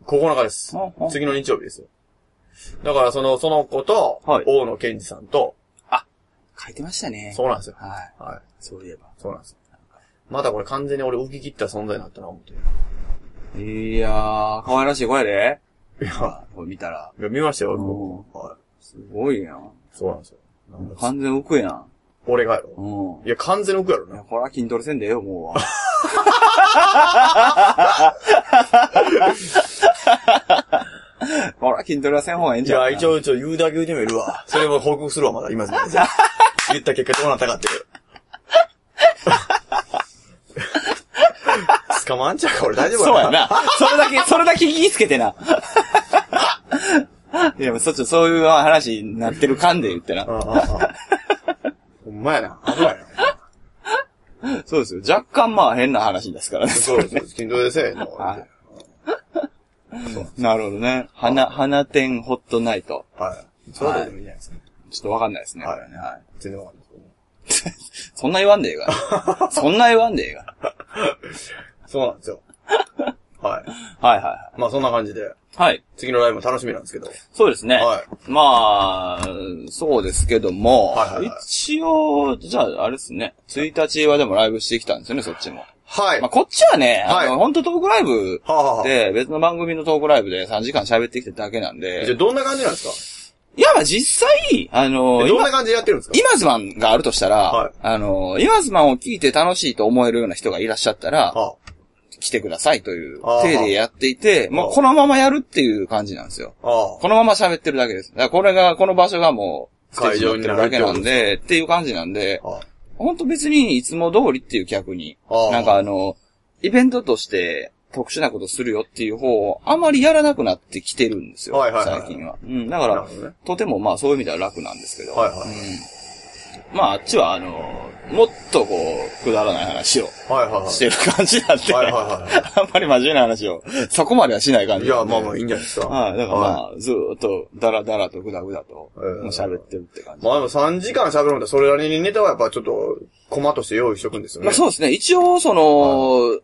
[SPEAKER 1] 9日です
[SPEAKER 2] ほうほう。
[SPEAKER 1] 次の日曜日ですよ。だから、その、その子と、
[SPEAKER 2] はい
[SPEAKER 1] 大野健二さんと、
[SPEAKER 2] 書いてましたね。
[SPEAKER 1] そうなんですよ。
[SPEAKER 2] はい。
[SPEAKER 1] はい。
[SPEAKER 2] そういえば。
[SPEAKER 1] そうなんですよ。まだこれ完全に俺浮き切った存在だったな、思って。
[SPEAKER 2] いやー、可愛らしい声で。
[SPEAKER 1] いや、
[SPEAKER 2] これ見たら。
[SPEAKER 1] いや見ましたよ、
[SPEAKER 2] お
[SPEAKER 1] 僕はい。
[SPEAKER 2] すごいやん。
[SPEAKER 1] そうなんですよ。なんか
[SPEAKER 2] 完全浮くやん。
[SPEAKER 1] 俺がやろ。
[SPEAKER 2] うん。
[SPEAKER 1] いや、完全に浮くやろ
[SPEAKER 2] いや、
[SPEAKER 1] な。
[SPEAKER 2] これは筋トレせんでええよ、もう は。これは筋トレはせん方がええん
[SPEAKER 1] い
[SPEAKER 2] じゃん。
[SPEAKER 1] や、一。応、一応、言うだけ言うてみるわ。 それも報告するわ、まだ、今すぐ。言った結果どうなったかって いう。捕まんちゃうか、俺大丈夫
[SPEAKER 2] そうや
[SPEAKER 1] な。
[SPEAKER 2] な。それだ け、それだけ聞きつけてな。 いや、もうそっち、そういう話になってる感で言ってな。
[SPEAKER 1] うんうんうんほんまやな。危ないな。
[SPEAKER 2] そうですよ。若干まあ変な話ですからね。
[SPEAKER 1] そうです。筋トレせえの。
[SPEAKER 2] は
[SPEAKER 1] はい
[SPEAKER 2] なるほどね。花、花店ホットナイト。
[SPEAKER 1] い。そうだでもいいじゃないですか。
[SPEAKER 2] ちょっとわかんないですね。
[SPEAKER 1] はい
[SPEAKER 2] これねはい
[SPEAKER 1] 全然わかんないです。
[SPEAKER 2] そんな言わんでええ が。そんな言わんでええが。
[SPEAKER 1] そうなんですよ。 はい。
[SPEAKER 2] はいはいは
[SPEAKER 1] まあ、そんな感じで、
[SPEAKER 2] い。はい。
[SPEAKER 1] 次のライブも楽しみなんですけど。
[SPEAKER 2] そうですね。
[SPEAKER 1] はい
[SPEAKER 2] まあ、そうですけども、
[SPEAKER 1] はいはいはい
[SPEAKER 2] 一応、じゃあ、あれですね、1日はでもライブしてきたんですよね、そっちも。
[SPEAKER 1] はい。
[SPEAKER 2] まあ、
[SPEAKER 1] は
[SPEAKER 2] こっちはね、あ
[SPEAKER 1] は
[SPEAKER 2] の、
[SPEAKER 1] い
[SPEAKER 2] 本当トークライブ
[SPEAKER 1] あはあはあ
[SPEAKER 2] で、別の番組のトークライブで3時間喋ってきただけなん
[SPEAKER 1] じゃあ
[SPEAKER 2] で、
[SPEAKER 1] どんな感じなんですか
[SPEAKER 2] いや、まあ実際、あの、
[SPEAKER 1] えどん
[SPEAKER 2] 今
[SPEAKER 1] な感じでやってるんですか
[SPEAKER 2] 今ズマンがあるとしたら、
[SPEAKER 1] はい
[SPEAKER 2] あの、今ズマンを聞いて楽しいと思えるような人がいらっしゃったら、
[SPEAKER 1] は
[SPEAKER 2] 来てくださいという
[SPEAKER 1] あー
[SPEAKER 2] 手でやっていて、もうこのままやるっていう感じなんですよ。
[SPEAKER 1] あ。ああ。
[SPEAKER 2] このまま喋ってるだけです。だからこれが、この場所がもう、ステージになってるだけなん
[SPEAKER 1] 会場にな
[SPEAKER 2] で、っていう感じなんで、
[SPEAKER 1] ああ。
[SPEAKER 2] ほんと別にいつも通りっていう客に、
[SPEAKER 1] あー
[SPEAKER 2] なんかあの、イベントとして特殊なことするよっていう方をあまりやらなくなってきてるんですよ。
[SPEAKER 1] はいはいはい
[SPEAKER 2] 最近は。うん。だか
[SPEAKER 1] な
[SPEAKER 2] ら
[SPEAKER 1] るほどね、
[SPEAKER 2] とてもまあそういう意味では楽なんですけど。
[SPEAKER 1] はいはい
[SPEAKER 2] うん。まああっちはあの、もっとこう、くだらない話を。
[SPEAKER 1] はいはいは い。
[SPEAKER 2] してる感じなんで、
[SPEAKER 1] はいはいは
[SPEAKER 2] あんまり真面目な話を、そこまではしない感
[SPEAKER 1] い
[SPEAKER 2] じな
[SPEAKER 1] や、
[SPEAKER 2] んで。
[SPEAKER 1] まあまあいいんじゃないですか。
[SPEAKER 2] はい、だからま
[SPEAKER 1] はい
[SPEAKER 2] あ、ずーっと、だらだらとぐだぐだと、も
[SPEAKER 1] ええ
[SPEAKER 2] う喋ってるって感じ。
[SPEAKER 1] まあでも3時間喋るんだそれなりにネタはやっぱちょっと、コマとして用意しとくんですよね。
[SPEAKER 2] まあそうですね、一応、その、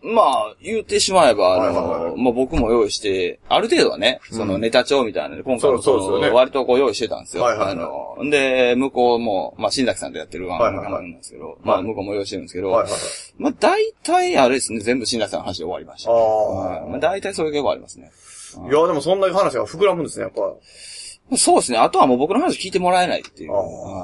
[SPEAKER 2] まあ、言ってしまえば、あ
[SPEAKER 1] はいはいは
[SPEAKER 2] の、
[SPEAKER 1] い
[SPEAKER 2] まあ僕も用意して、ある程度はね、そのネタ帳みたいなので、今回も
[SPEAKER 1] そうそうですよね
[SPEAKER 2] 割とこう用意してたんですよ。
[SPEAKER 1] はいはいはい
[SPEAKER 2] あの、で、向こうも、まあ新崎さんとやってる番
[SPEAKER 1] はい
[SPEAKER 2] 組
[SPEAKER 1] はいはい
[SPEAKER 2] なんですけど、まあ向こうも用意してるんですけど、
[SPEAKER 1] はいはいはい。
[SPEAKER 2] まあ大体あれですね、全部新崎さんの話で終わりました。
[SPEAKER 1] あ
[SPEAKER 2] は
[SPEAKER 1] あ
[SPEAKER 2] いまあ大体そういう傾向ありますね。
[SPEAKER 1] いや、でもそんな話が膨らむんですね、やっぱ。
[SPEAKER 2] そうですね。あとはもう僕の話聞いてもらえないっていう。
[SPEAKER 1] あー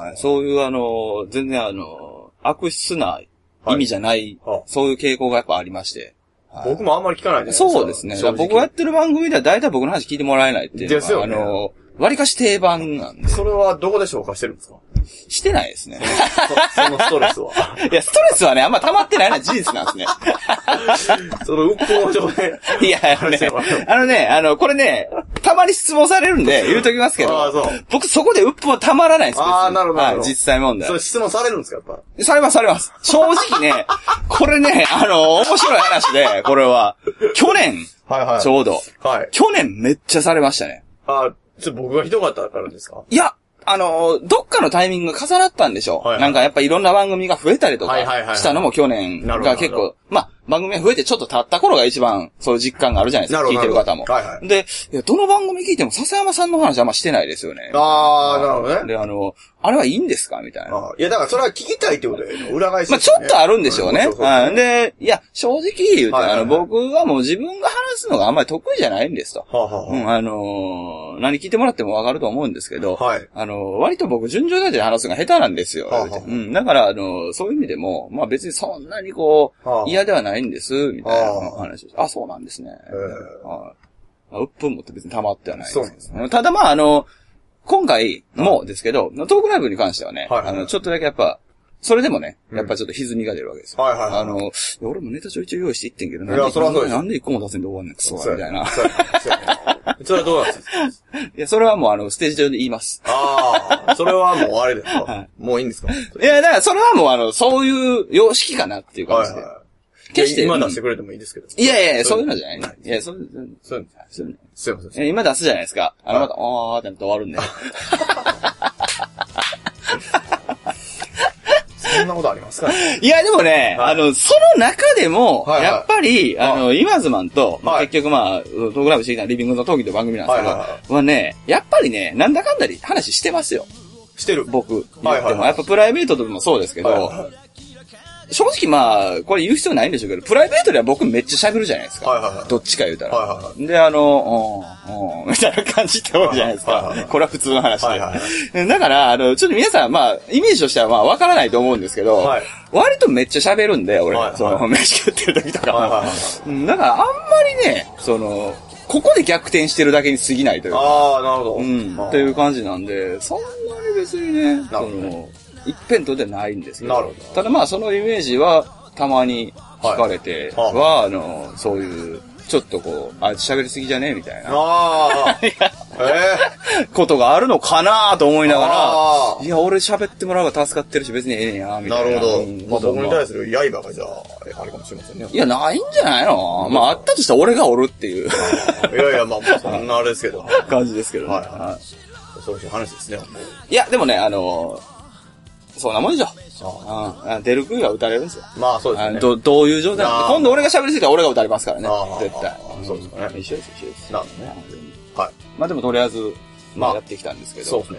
[SPEAKER 2] はい、そういう、あの、全然あの、悪質な意味じゃない、
[SPEAKER 1] はいあ
[SPEAKER 2] そういう傾向がやっぱありまして。はい
[SPEAKER 1] 僕もあんまり聞かないじゃないですか。
[SPEAKER 2] そうですね。だ
[SPEAKER 1] 正
[SPEAKER 2] か
[SPEAKER 1] 直
[SPEAKER 2] ら僕がやってる番組では大体僕の話聞いてもらえないっていうのが。
[SPEAKER 1] ですよね
[SPEAKER 2] あの、割かし定番なんで、
[SPEAKER 1] それはどこで消化してるんですか
[SPEAKER 2] してないです ね。
[SPEAKER 1] そそのストレ スは。
[SPEAKER 2] いや、ストレスはね、あんま溜まってないのは事実なんです ね。
[SPEAKER 1] その鬱憤上で。
[SPEAKER 2] いや、あのね
[SPEAKER 1] 話は、
[SPEAKER 2] あのね、あの、これね、たまに質問されるんで、言うときます けど
[SPEAKER 1] あーそう、
[SPEAKER 2] 僕そこで鬱憤溜まらないんです別に
[SPEAKER 1] あーなるほどなるほど
[SPEAKER 2] はい実際問題
[SPEAKER 1] そ。れ質問されるんですか、やっぱ。
[SPEAKER 2] されます、されます。正直 ね、これね、あの、面白い話で、これは、去年、
[SPEAKER 1] はいは
[SPEAKER 2] ちょうど、
[SPEAKER 1] はい。
[SPEAKER 2] 去年めっちゃされましたね。
[SPEAKER 1] あ、ちょ、僕がひどかったからですか
[SPEAKER 2] いや、あの、どっかのタイミングが重なったんでしょう。
[SPEAKER 1] はいはい
[SPEAKER 2] なんかやっぱいろんな番組が増えたりとか
[SPEAKER 1] はいはいはいはい
[SPEAKER 2] したのも去年
[SPEAKER 1] なるほ
[SPEAKER 2] が
[SPEAKER 1] ど
[SPEAKER 2] 結
[SPEAKER 1] なる
[SPEAKER 2] 構、まあ、番組が増えてちょっと経った頃が一番そういう実感があるじゃないですか。聞いてる方も。
[SPEAKER 1] はいはい。
[SPEAKER 2] で、いやどの番組聞いても笹山さんの話あんましてないですよね。
[SPEAKER 1] あー、なるほどね。
[SPEAKER 2] で、あの、あれはいいんですかみたいな。
[SPEAKER 1] あーいや、だからそれは聞きたいってことで、裏返し
[SPEAKER 2] まあ、
[SPEAKER 1] です
[SPEAKER 2] ち
[SPEAKER 1] よ
[SPEAKER 2] ょっとあるんでしょうね。
[SPEAKER 1] そうそうそう
[SPEAKER 2] うんで、いや、正直言うと、
[SPEAKER 1] はいはいはい
[SPEAKER 2] あの、僕はもう自分が話すのがあんまり得意じゃないんですと。
[SPEAKER 1] はあ、はあ
[SPEAKER 2] う
[SPEAKER 1] は
[SPEAKER 2] ん、あのー何聞いてもらってもわかると思うんですけど、
[SPEAKER 1] はい
[SPEAKER 2] あのー割と僕、順序立てで話すのが下手なんですよ。
[SPEAKER 1] はあはあ
[SPEAKER 2] うん、だから、あのーそういう意味でも、まあ別にそんなにこう、
[SPEAKER 1] はあ
[SPEAKER 2] 嫌ではないんです、みたいな
[SPEAKER 1] はあ
[SPEAKER 2] 話をしてあ、そうなんですね。
[SPEAKER 1] え
[SPEAKER 2] はいまあうっぷんもって別に溜まってはない
[SPEAKER 1] そうなんです
[SPEAKER 2] ただまあ、あの、今回もですけど、トークライブに関してはね、
[SPEAKER 1] はいはいはい
[SPEAKER 2] あの、ちょっとだけやっぱ、それでもね、
[SPEAKER 1] うん
[SPEAKER 2] やっぱちょっと歪みが出るわけですよ。
[SPEAKER 1] はいはいはい
[SPEAKER 2] あの、いや俺もネタちょいちょい用意していってんけど、
[SPEAKER 1] い
[SPEAKER 2] な
[SPEAKER 1] や
[SPEAKER 2] んで
[SPEAKER 1] そらそうです
[SPEAKER 2] なんで一個も出せんで終わんねん、クソ
[SPEAKER 1] ー
[SPEAKER 2] がみたいな。
[SPEAKER 1] そうやそうやそれはどうなんですか
[SPEAKER 2] いや、それはもうあの、ステージ上で言います。
[SPEAKER 1] ああ、それはもうあれです
[SPEAKER 2] は
[SPEAKER 1] か
[SPEAKER 2] い
[SPEAKER 1] もういいんですか
[SPEAKER 2] いや、だからそれはもうあの、そういう様式かなっていう感
[SPEAKER 1] はい
[SPEAKER 2] じで。
[SPEAKER 1] はい。
[SPEAKER 2] 決して
[SPEAKER 1] いや今出してくれてもいいですけど。
[SPEAKER 2] いやいや、そういう
[SPEAKER 1] の。
[SPEAKER 2] のじゃない。いや、そういう、
[SPEAKER 1] そういうの
[SPEAKER 2] そういうの
[SPEAKER 1] すいませんすい
[SPEAKER 2] え今出すじゃないですか。あの、
[SPEAKER 1] は
[SPEAKER 2] ま
[SPEAKER 1] い
[SPEAKER 2] た、あーってなって終わるんで。
[SPEAKER 1] ません。そんなことありますかね
[SPEAKER 2] いや、でもね、
[SPEAKER 1] はい
[SPEAKER 2] あの、その中でも、
[SPEAKER 1] はいはい
[SPEAKER 2] やっぱり、あの、今ズマンと、まあ
[SPEAKER 1] はい
[SPEAKER 2] 結局まあ、トークライブしてきたリビングのトーキーという番組なんですけど、
[SPEAKER 1] はい
[SPEAKER 2] は
[SPEAKER 1] はいは
[SPEAKER 2] ね、やっぱりね、なんだかんだり話してますよ、
[SPEAKER 1] してる。
[SPEAKER 2] 僕。
[SPEAKER 1] はいはいはい
[SPEAKER 2] でもやっぱプライベートでもそうですけど、
[SPEAKER 1] はいはい
[SPEAKER 2] 正直まあ、これ言う必要ないんでしょうけど、プライベートでは僕めっちゃ喋るじゃないですか。
[SPEAKER 1] はいはいはい
[SPEAKER 2] どっちか言うたら。
[SPEAKER 1] はいはいは
[SPEAKER 2] で、あの、うん、うん、みたいな感じって多いじゃないですか。
[SPEAKER 1] はいはいはい
[SPEAKER 2] これは普通の話で。
[SPEAKER 1] はいはい
[SPEAKER 2] だから、あの、ちょっと皆さん、まあ、イメージとしてはまあ、わからないと思うんですけど、
[SPEAKER 1] はい
[SPEAKER 2] 割とめっちゃ喋るんで、俺、
[SPEAKER 1] はいはい
[SPEAKER 2] その、飯食ってる時とかも。
[SPEAKER 1] はいはいは
[SPEAKER 2] うんだから、あんまりね、その、ここで逆転してるだけに過ぎないというか
[SPEAKER 1] ああ、なるほど。
[SPEAKER 2] うん、
[SPEAKER 1] あー
[SPEAKER 2] っていう感じなんで、そんなに別にね、
[SPEAKER 1] なるほど
[SPEAKER 2] その、一辺倒ではないんですけど。
[SPEAKER 1] なるほど
[SPEAKER 2] ただまあ、そのイメージは、たまに聞かれては、
[SPEAKER 1] はい
[SPEAKER 2] あの、そういう、ちょっとこう、あ、喋りすぎじゃねえみたいな、
[SPEAKER 1] あ あ。え
[SPEAKER 2] ことがあるのかなと思いなが
[SPEAKER 1] あ
[SPEAKER 2] ら、いや、俺喋ってもらうが助かってるし、別にええねんや、
[SPEAKER 1] ー
[SPEAKER 2] み
[SPEAKER 1] な
[SPEAKER 2] たい
[SPEAKER 1] る
[SPEAKER 2] な。
[SPEAKER 1] ほど
[SPEAKER 2] うん。
[SPEAKER 1] まあ僕に対
[SPEAKER 2] す
[SPEAKER 1] する刃がじゃあ、あれかもしれませんね。
[SPEAKER 2] いや、ないんじゃないのまあ、あったとしたら俺がおるっていう
[SPEAKER 1] いやいや、まあそんなあれですけ ど。
[SPEAKER 2] 感じですけどね。
[SPEAKER 1] はいはいそういう話ですね。
[SPEAKER 2] いや、でもね、あの、そんなもんでしょ。
[SPEAKER 1] あ
[SPEAKER 2] うん出る杭は打たれるんですよ。
[SPEAKER 1] ーまあそうです
[SPEAKER 2] あ
[SPEAKER 1] ね。
[SPEAKER 2] どどういう状態なの
[SPEAKER 1] あー
[SPEAKER 2] 今度俺が喋りすぎたら俺が歌われますからね
[SPEAKER 1] あー。
[SPEAKER 2] 絶対。
[SPEAKER 1] そうです
[SPEAKER 2] ん
[SPEAKER 1] ね
[SPEAKER 2] 一緒です、一緒です。
[SPEAKER 1] なるほどねはい。
[SPEAKER 2] まあでもとりあえず、ま
[SPEAKER 1] ま
[SPEAKER 2] あ
[SPEAKER 1] あ
[SPEAKER 2] やってきたんですけど。
[SPEAKER 1] そうですね。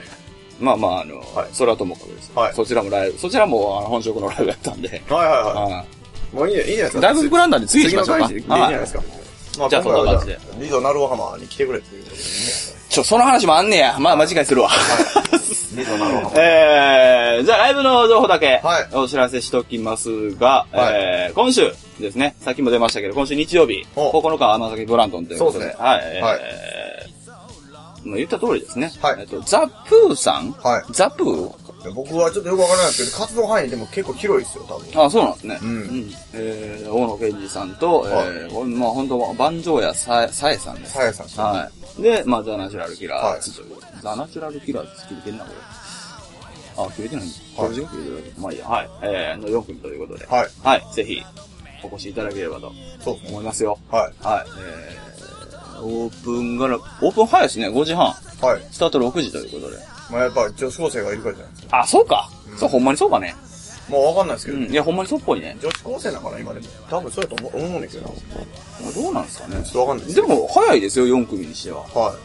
[SPEAKER 2] まあまあ、あの、
[SPEAKER 1] はい
[SPEAKER 2] それはともかくです。
[SPEAKER 1] はい
[SPEAKER 2] そちらもライブ、そちらもあの本職のライブやったんで。
[SPEAKER 1] はいはいは
[SPEAKER 2] あ
[SPEAKER 1] い。もういいじゃいいじゃないです
[SPEAKER 2] ー
[SPEAKER 1] か。
[SPEAKER 2] だいぶ膨らんだんで次行
[SPEAKER 1] 次
[SPEAKER 2] きま
[SPEAKER 1] の
[SPEAKER 2] しょう
[SPEAKER 1] 回
[SPEAKER 2] か
[SPEAKER 1] でいいじゃ
[SPEAKER 2] は
[SPEAKER 1] ない
[SPEAKER 2] い。
[SPEAKER 1] ですか。まあ
[SPEAKER 2] じゃあ
[SPEAKER 1] 今回は
[SPEAKER 2] そんな感
[SPEAKER 1] リゾナルオハマに来てくれっていうことでね。
[SPEAKER 2] ちょ、その話もあんねや。まあ間違いするわ。
[SPEAKER 1] リゾナルオハ マ。
[SPEAKER 2] えー、じゃあライブの情報だけ
[SPEAKER 1] はい
[SPEAKER 2] お知らせしときますが、
[SPEAKER 1] はい
[SPEAKER 2] えー、今週ですね、さっきも出ましたけど、今週日曜日、
[SPEAKER 1] お
[SPEAKER 2] 9日天崎ブラントンということ
[SPEAKER 1] そう
[SPEAKER 2] で、
[SPEAKER 1] です
[SPEAKER 2] はい、
[SPEAKER 1] はい
[SPEAKER 2] えー、もう言った通りですね、
[SPEAKER 1] はい
[SPEAKER 2] えっと、ザ・プーさん、
[SPEAKER 1] はい
[SPEAKER 2] ザ・プー
[SPEAKER 1] 僕はちょっとよくわからないですけど、活動範囲でも結構広いですよ、多分。
[SPEAKER 2] あ、そうなんですね。
[SPEAKER 1] うん
[SPEAKER 2] えー、大野健二さんと、
[SPEAKER 1] はい
[SPEAKER 2] えー、これまあ本当は、万丈やさえ、さえさんです。
[SPEAKER 1] さやさんは
[SPEAKER 2] はい。で、まあ、ザ・ナチュラル・キラ
[SPEAKER 1] は
[SPEAKER 2] ー
[SPEAKER 1] い
[SPEAKER 2] ズという、ザ・ナチュラル・キラーズ切れてんな、これ。あ、切れてない。
[SPEAKER 1] はい
[SPEAKER 2] 表示が切れてない。まあいいや。はい。えー、の4組ということで。
[SPEAKER 1] はい。
[SPEAKER 2] はい。ぜひ、お越しいただければと
[SPEAKER 1] そうですね。
[SPEAKER 2] 思いますよ。
[SPEAKER 1] は
[SPEAKER 2] はい。えー、オープンがら、オープン早いですね。5時半。
[SPEAKER 1] い。はい。
[SPEAKER 2] スタート6時ということで。
[SPEAKER 1] まあやっぱ女子高生がいるからじゃないですか。
[SPEAKER 2] あ、そうか。そう、ほんまにそうかね。
[SPEAKER 1] もうわかんないですけ
[SPEAKER 2] う
[SPEAKER 1] ど、
[SPEAKER 2] ん。いや、ほんまにそうっぽいね。
[SPEAKER 1] 女子高生だから今でも。多分そうやと思う思うんですよな。ちょ
[SPEAKER 2] まあどうなんですかね
[SPEAKER 1] っ。とわかんないで
[SPEAKER 2] で
[SPEAKER 1] す
[SPEAKER 2] も、早いですよ、4組にしては。
[SPEAKER 1] は
[SPEAKER 2] はい。
[SPEAKER 1] い。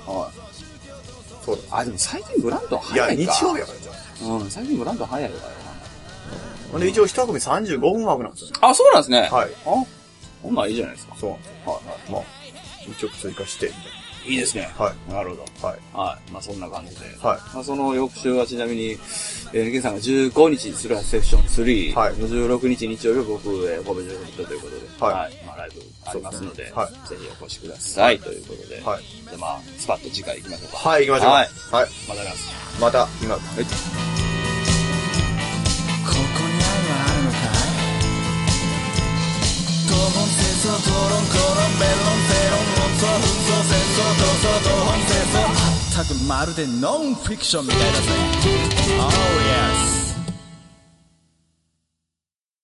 [SPEAKER 1] そうだ。
[SPEAKER 2] あ、でも最近ブラントン
[SPEAKER 1] いや、
[SPEAKER 2] 早い
[SPEAKER 1] 日
[SPEAKER 2] か。
[SPEAKER 1] 曜日やからじゃ
[SPEAKER 2] うん、最近ブラントン早いから
[SPEAKER 1] ほんで、一応一組35分枠なんですよね。
[SPEAKER 2] な。あ、そうなんですね。
[SPEAKER 1] は
[SPEAKER 2] あ、
[SPEAKER 1] い
[SPEAKER 2] ほんなんいいじゃないですか。
[SPEAKER 1] そう。
[SPEAKER 2] はいは
[SPEAKER 1] まあ、一応追加して、み
[SPEAKER 2] い。いいですね。
[SPEAKER 1] たい
[SPEAKER 2] なるほど。
[SPEAKER 1] な。はい。
[SPEAKER 2] はい。まあ、そんな感じで。
[SPEAKER 1] はい。はい。
[SPEAKER 2] まあ、その翌週はちなみに、えー、NK さんが15日にするセクション3、
[SPEAKER 1] はい
[SPEAKER 2] 16日日曜日は僕、えー、神戸城に行ったということで、
[SPEAKER 1] はい
[SPEAKER 2] まあ、ライブありますので、
[SPEAKER 1] そうで
[SPEAKER 2] ぜひお越しください、ということで、
[SPEAKER 1] はい
[SPEAKER 2] で、まあ、スパッと次回行きましょうか。
[SPEAKER 1] はい、行きましょう。
[SPEAKER 2] はい。
[SPEAKER 1] はい。
[SPEAKER 2] またます。
[SPEAKER 1] また、今、
[SPEAKER 3] ここに愛はあるのかいドボン戦争ドロンコロンメロンセロン論争紛争戦争闘争ドボン戦争まったくまるでノンフィクションみたいだぜ Oh yes